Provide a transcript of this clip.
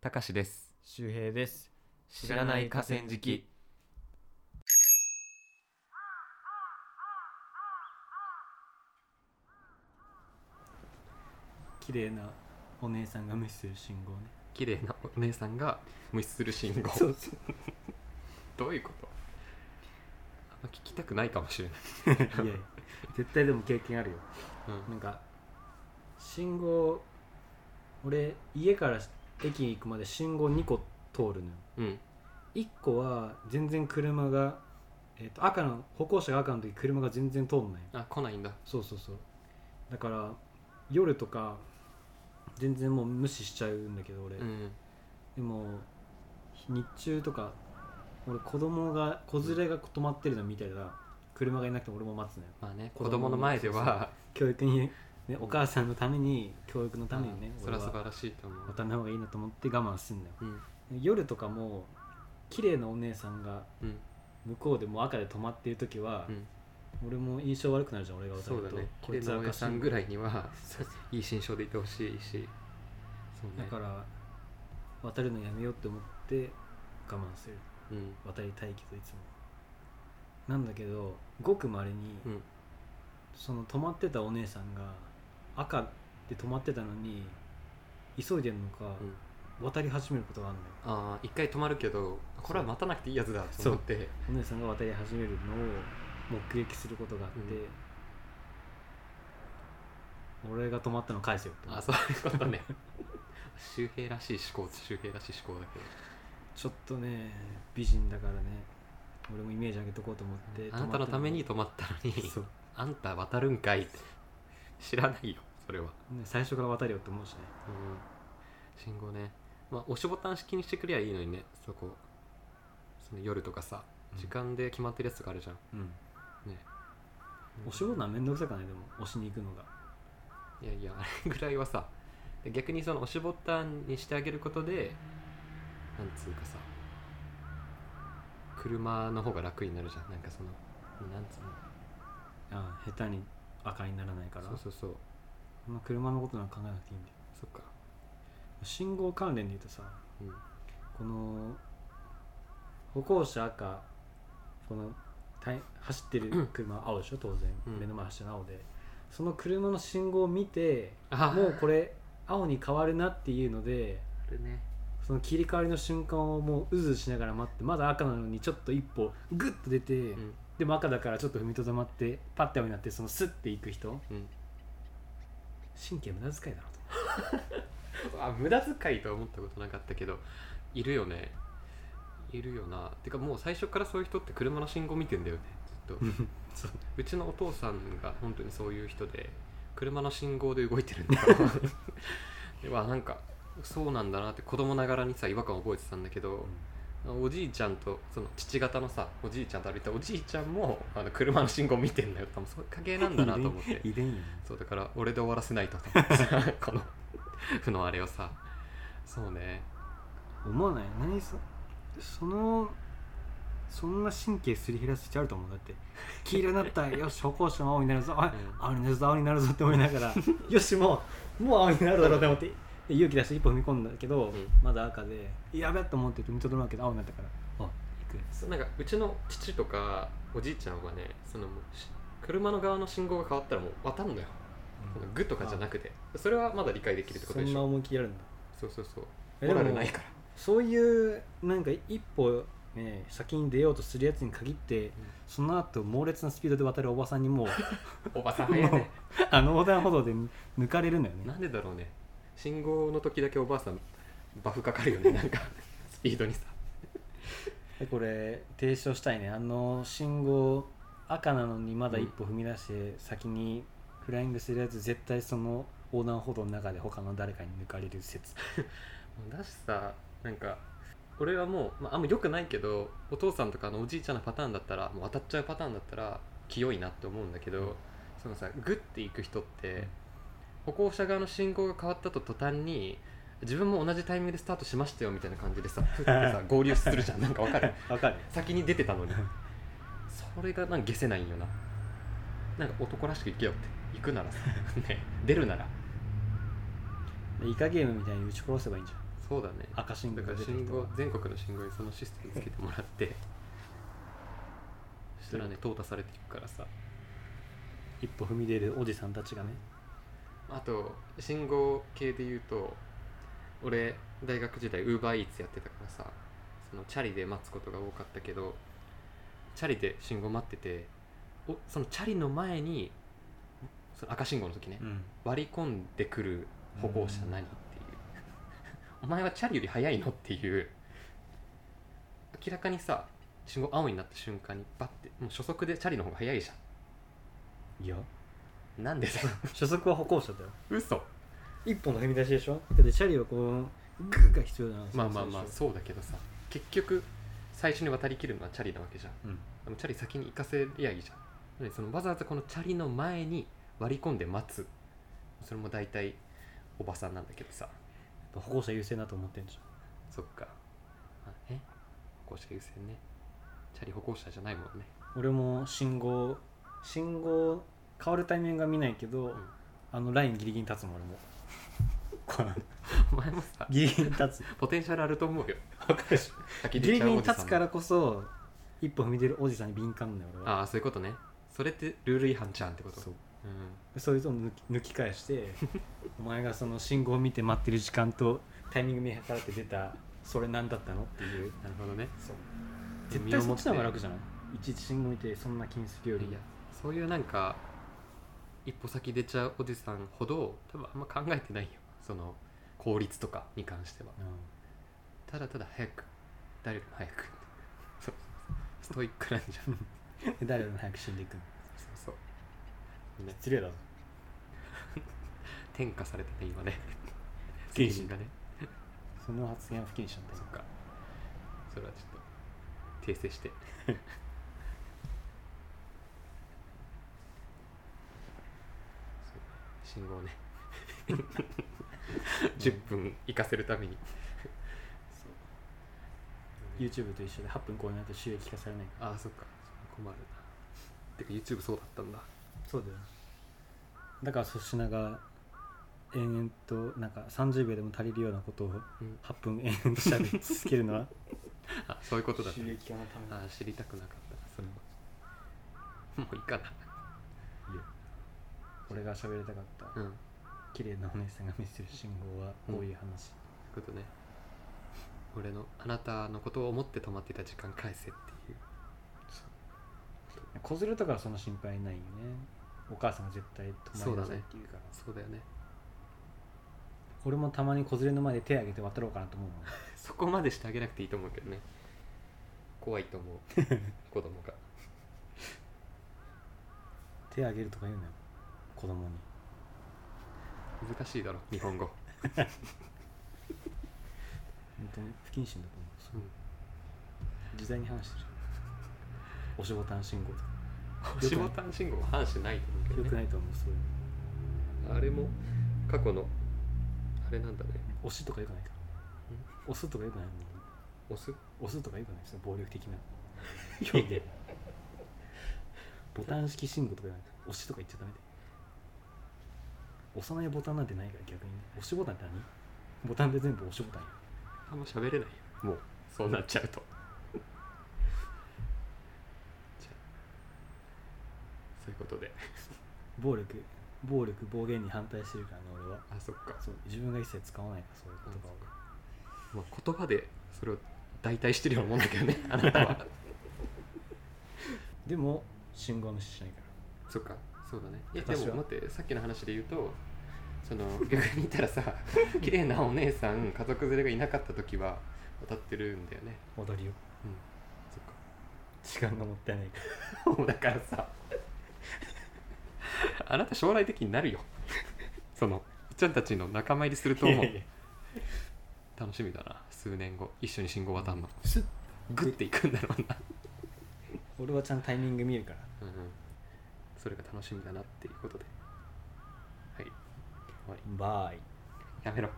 たかしです周平です知らない河川敷綺麗なお姉さんが無視する信号ね綺麗なお姉さんが無視する信号そうそうどういうことあんま聞きたくないかもしれない、いやいや絶対でも経験あるようんなんか信号俺家から駅行くまで信号2個通るのようん1個は全然車が、えっと赤の歩行者が赤の時車が全然通んないあ来ないんだそうそうそうだから夜とか全然もう無視しちゃうんだけど俺、うんでも日中とか俺子供が子連れが止まってるの見たら車がいなくても俺も待つのよまあね子子供供の前では教育に、ね、お母さんのために教育のためにねうんそれ俺は素晴はらしいと思う渡んない方がいいなと思って我慢すんだようん夜とかも綺麗なお姉さんがうん向こうでもう赤で止まっている時はう、ん俺も印象悪くなるじゃん俺が渡そうるだと、ねこ綺麗いつなはお赤やさん信ぐ号らいにはそういい心象でいてほしいしそうだねから渡るのやめようって思って我慢するうん渡りたいけどいつもなんだけどごくまれに、うんその止まってたお姉さんが赤で止まってたのに急いでるのか、うん渡り始めることがあるんだよああ一回止まるけどこれは待たなくていいやつだと思ってお姉さんが渡り始めるのを目撃することがあって、俺が止まったの返せよって思あうそういうことね周平らしい思考周平らしい思考だけどちょっとね美人だからね俺もイメージ上げとこうと思ってあなたのために止まったのにそう、あんた渡るんかいって知らないよそれは、ね、最初から渡れよって思うしねうん、信号ねまあ押しボタン式にしてくりゃいいのにねそこその夜とかさうん時間で決まってるやつがあるじゃん、うんねお仕事はめんどくさくないでも押しに行くのがいやいやあれぐらいはさ逆にその押しボタンにしてあげることでなんつうかさ車の方が楽になるじゃんなんかそのなんつうのあ下手に赤にならないからそうそうそうそんな車のことなんか考えなくていいんだよそっか信号関連で言うとさうんこの歩行者赤このたい走ってる車青でしょ当然、うん目の前走ってるの青でその車の信号を見てあもうこれ青に変わるなっていうのでこれねその切り替わりの瞬間をもううずうずしながら待ってまだ赤なのにちょっと一歩グッと出て、うんでも赤だからちょっと踏みとどまってパッて青になってそのスッていく人うん神経無駄遣いだろと思あ無駄遣いとは思ったことなかったけどいるよねいるよなてかもう最初からそういう人って車の信号見てんだよねずっとってそううちのお父さんが本当にそういう人で車の信号で動いてる んだからではなんかそうなんだなって子供ながらにさ違和感を覚えてたんだけど、おじいちゃんとその父方のさおじいちゃんと歩いたおじいちゃんもあの車の信号見てんだよ多分そう いう家系なんだなと思って遺伝遺伝よねそうだから俺で終わらせないとと思ってさこの負のあれをさそうね思わない何そそのそんな神経すり減らす必要あると思う だって黄色になったよし歩行者も青になるぞあうん青になるぞ青になるぞって思いなが らよしもうもう青になるだろうと思ってで勇気出して一歩踏み込んだけど、んまだ赤でやべっと思って踏みとどまるけど青になったからあ行くそうなんかうちの父とかおじいちゃんはねそのもうし車の側の信号が変わったらもう渡んのよそのグッとかじゃなくてそれはまだ理解できるってことでそんしなょ思い切りやるんだそうそうそうえモラでルもないからそういうなんか一歩ね先に出ようとするやつに限って、その後猛烈なスピードで渡るおばさんにもうおばさん早いね あの横断歩道で抜かれるのよねなんでだろうね信号の時だけおばあさんバフかかるよねなんかスピードにさでこれ提唱したいねあの信号赤なのにまだ一歩踏み出して先にフライングするやつ絶対その横断歩道の中で他の誰かに抜かれる説だしさなんか俺はもう、まあ、あんま良くないけどお父さんとかのおじいちゃんのパターンだったらもう渡っちゃうパターンだったら清いなって思うんだけど、うんそのさグッて行く人って、うん歩行者側の信号が変わったと途端に自分も同じタイミングでスタートしましたよみたいな感じでさふってさ合流するじゃんなんかわかるわかる先に出てたのにそれがなんか消せないんよななんか男らしく行けよって行 くならさ、ね、出るならイカゲームみたいに打ち殺せばいいんじゃんそうだね赤信号だがから出て信ると号か全国の信号にそのシステムつけてもらってそしたらね淘汰されていくからさ一歩踏み出るおじさんたちがねあと信号系で言うと俺大学時代ウーバーイーツやってたからさそのチャリで待つことが多かったけどチャリで信号待ってておそのチャリの前にその赤信号の時ね、うん割り込んでくる歩行者何っていう お前はチャリより速いのっていう明らかにさ信号青になった瞬間にバッてもう初速でチャリの方が速いじいやゃんなんでだよ初速は歩行者だよ 嘘一歩の踏み出しでしょだってシャリはこうグーが必要だなまあまあまあ最初そうだけどさ結局最初に渡りきるのはチャリなわけじゃんうんでもチャリ先に行かせりゃいいじゃんなのにそのわざわざこのチャリの前に割り込んで待つそれも大体おばさんなんだけどさやっぱ歩行者優勢だと思ってんじゃそっかあね歩行者優先ねチャリ歩行者じゃないもんね ん俺も信号信号変わるタイミングが見ないけど、んあのラインギリギリに立つもん俺もこうお前もさギリギリに立つポテンシャルあると思うよわかるしギ先リギリにおじさん立つからこそ一歩踏み出るおじさんに敏感なんだよ俺はああそういうことねそれってルール違反じゃんってことそううんそれとも抜き抜き返して お前がその信号を見て待ってる時間とタイミング見計らって出たそれ何だったのっていうなるほどね絶対そっちの方が楽じじゃないいちいち信号見てそんな気にするよりいやそういうなんか一歩先出ちゃうおじさんほど多分あんま考えてないよその効率とかに関してはうただただ早く誰よりも早くそうストイックなん じゃんそうん誰よりも早く死んでいくそうね失礼だぞ転嫁されてね今ね 精原神神がねその発言は不謹慎だそっよかそれはちょっと訂正して そう信 号ね10分行かせるために YouTube と一緒で8分超えないと収益化されないああそっかそれは困るなてか YouTube そうだったんだそうだよだから粗品が延々となんか30秒でも足りるようなことをうん8分延々としゃべり続けるの はあそういうことだった収益化のためだああ知りたくなかったなそれは、もういいか俺が喋りたかったなうん綺麗なお姉さんが見せる信号はこういう話、ということね俺のあなたのことを思って止まっていた時間返せっていう子連れとかはその心配ないよねお母さんが絶対止まりなさいって言うからそうだよね俺もたまに子連れの前で手挙げて渡ろうかなと思うもん そこまでしてあげなくていいと思うけどね怖いと 思う子供が手挙げるとか言うのよ子供に難しいだろ日本語、本当に不謹慎だと思う時代に反してる押しボタン信号とか押しボタン信号は反してないと思うけどよねくないと思うそういうのあれも過去のあれなんだね押しとかよくないから押すとかよくないもん押す押すとかよくないその暴力的な表現ボタン式信号とかじゃなくて押しとか言っちゃダメだよ押さないボタンなんてないから逆にね押しボタンって何ボタンで全部押しボタンやあんま喋れないよもうそうなっちゃう とじゃあそういうことで暴力暴力暴言に反対してるからね俺はあそっかそう自分が一切使わないからそういう言葉をまあ、言葉でそれを代替してるようなもんだけど ねあなたはでも信号無視しないかそっかそうだねいやで私はも待ってさっきの話で言うとその逆に言ったらさ 綺麗なお姉さん家族連れがいなかった時は渡ってるんだよねら踊りをうんそっ時間がもったいないからかも うだからさあなた将来的になるよ そのうっちゃんたちの仲間入りすると思ういやいや楽しみだな数年後一緒に信号渡んのスッグッていくんだろうな俺はちゃんとタイミング見えるからうんうん、それが楽しみだなっていうことではい終わりバイやめろ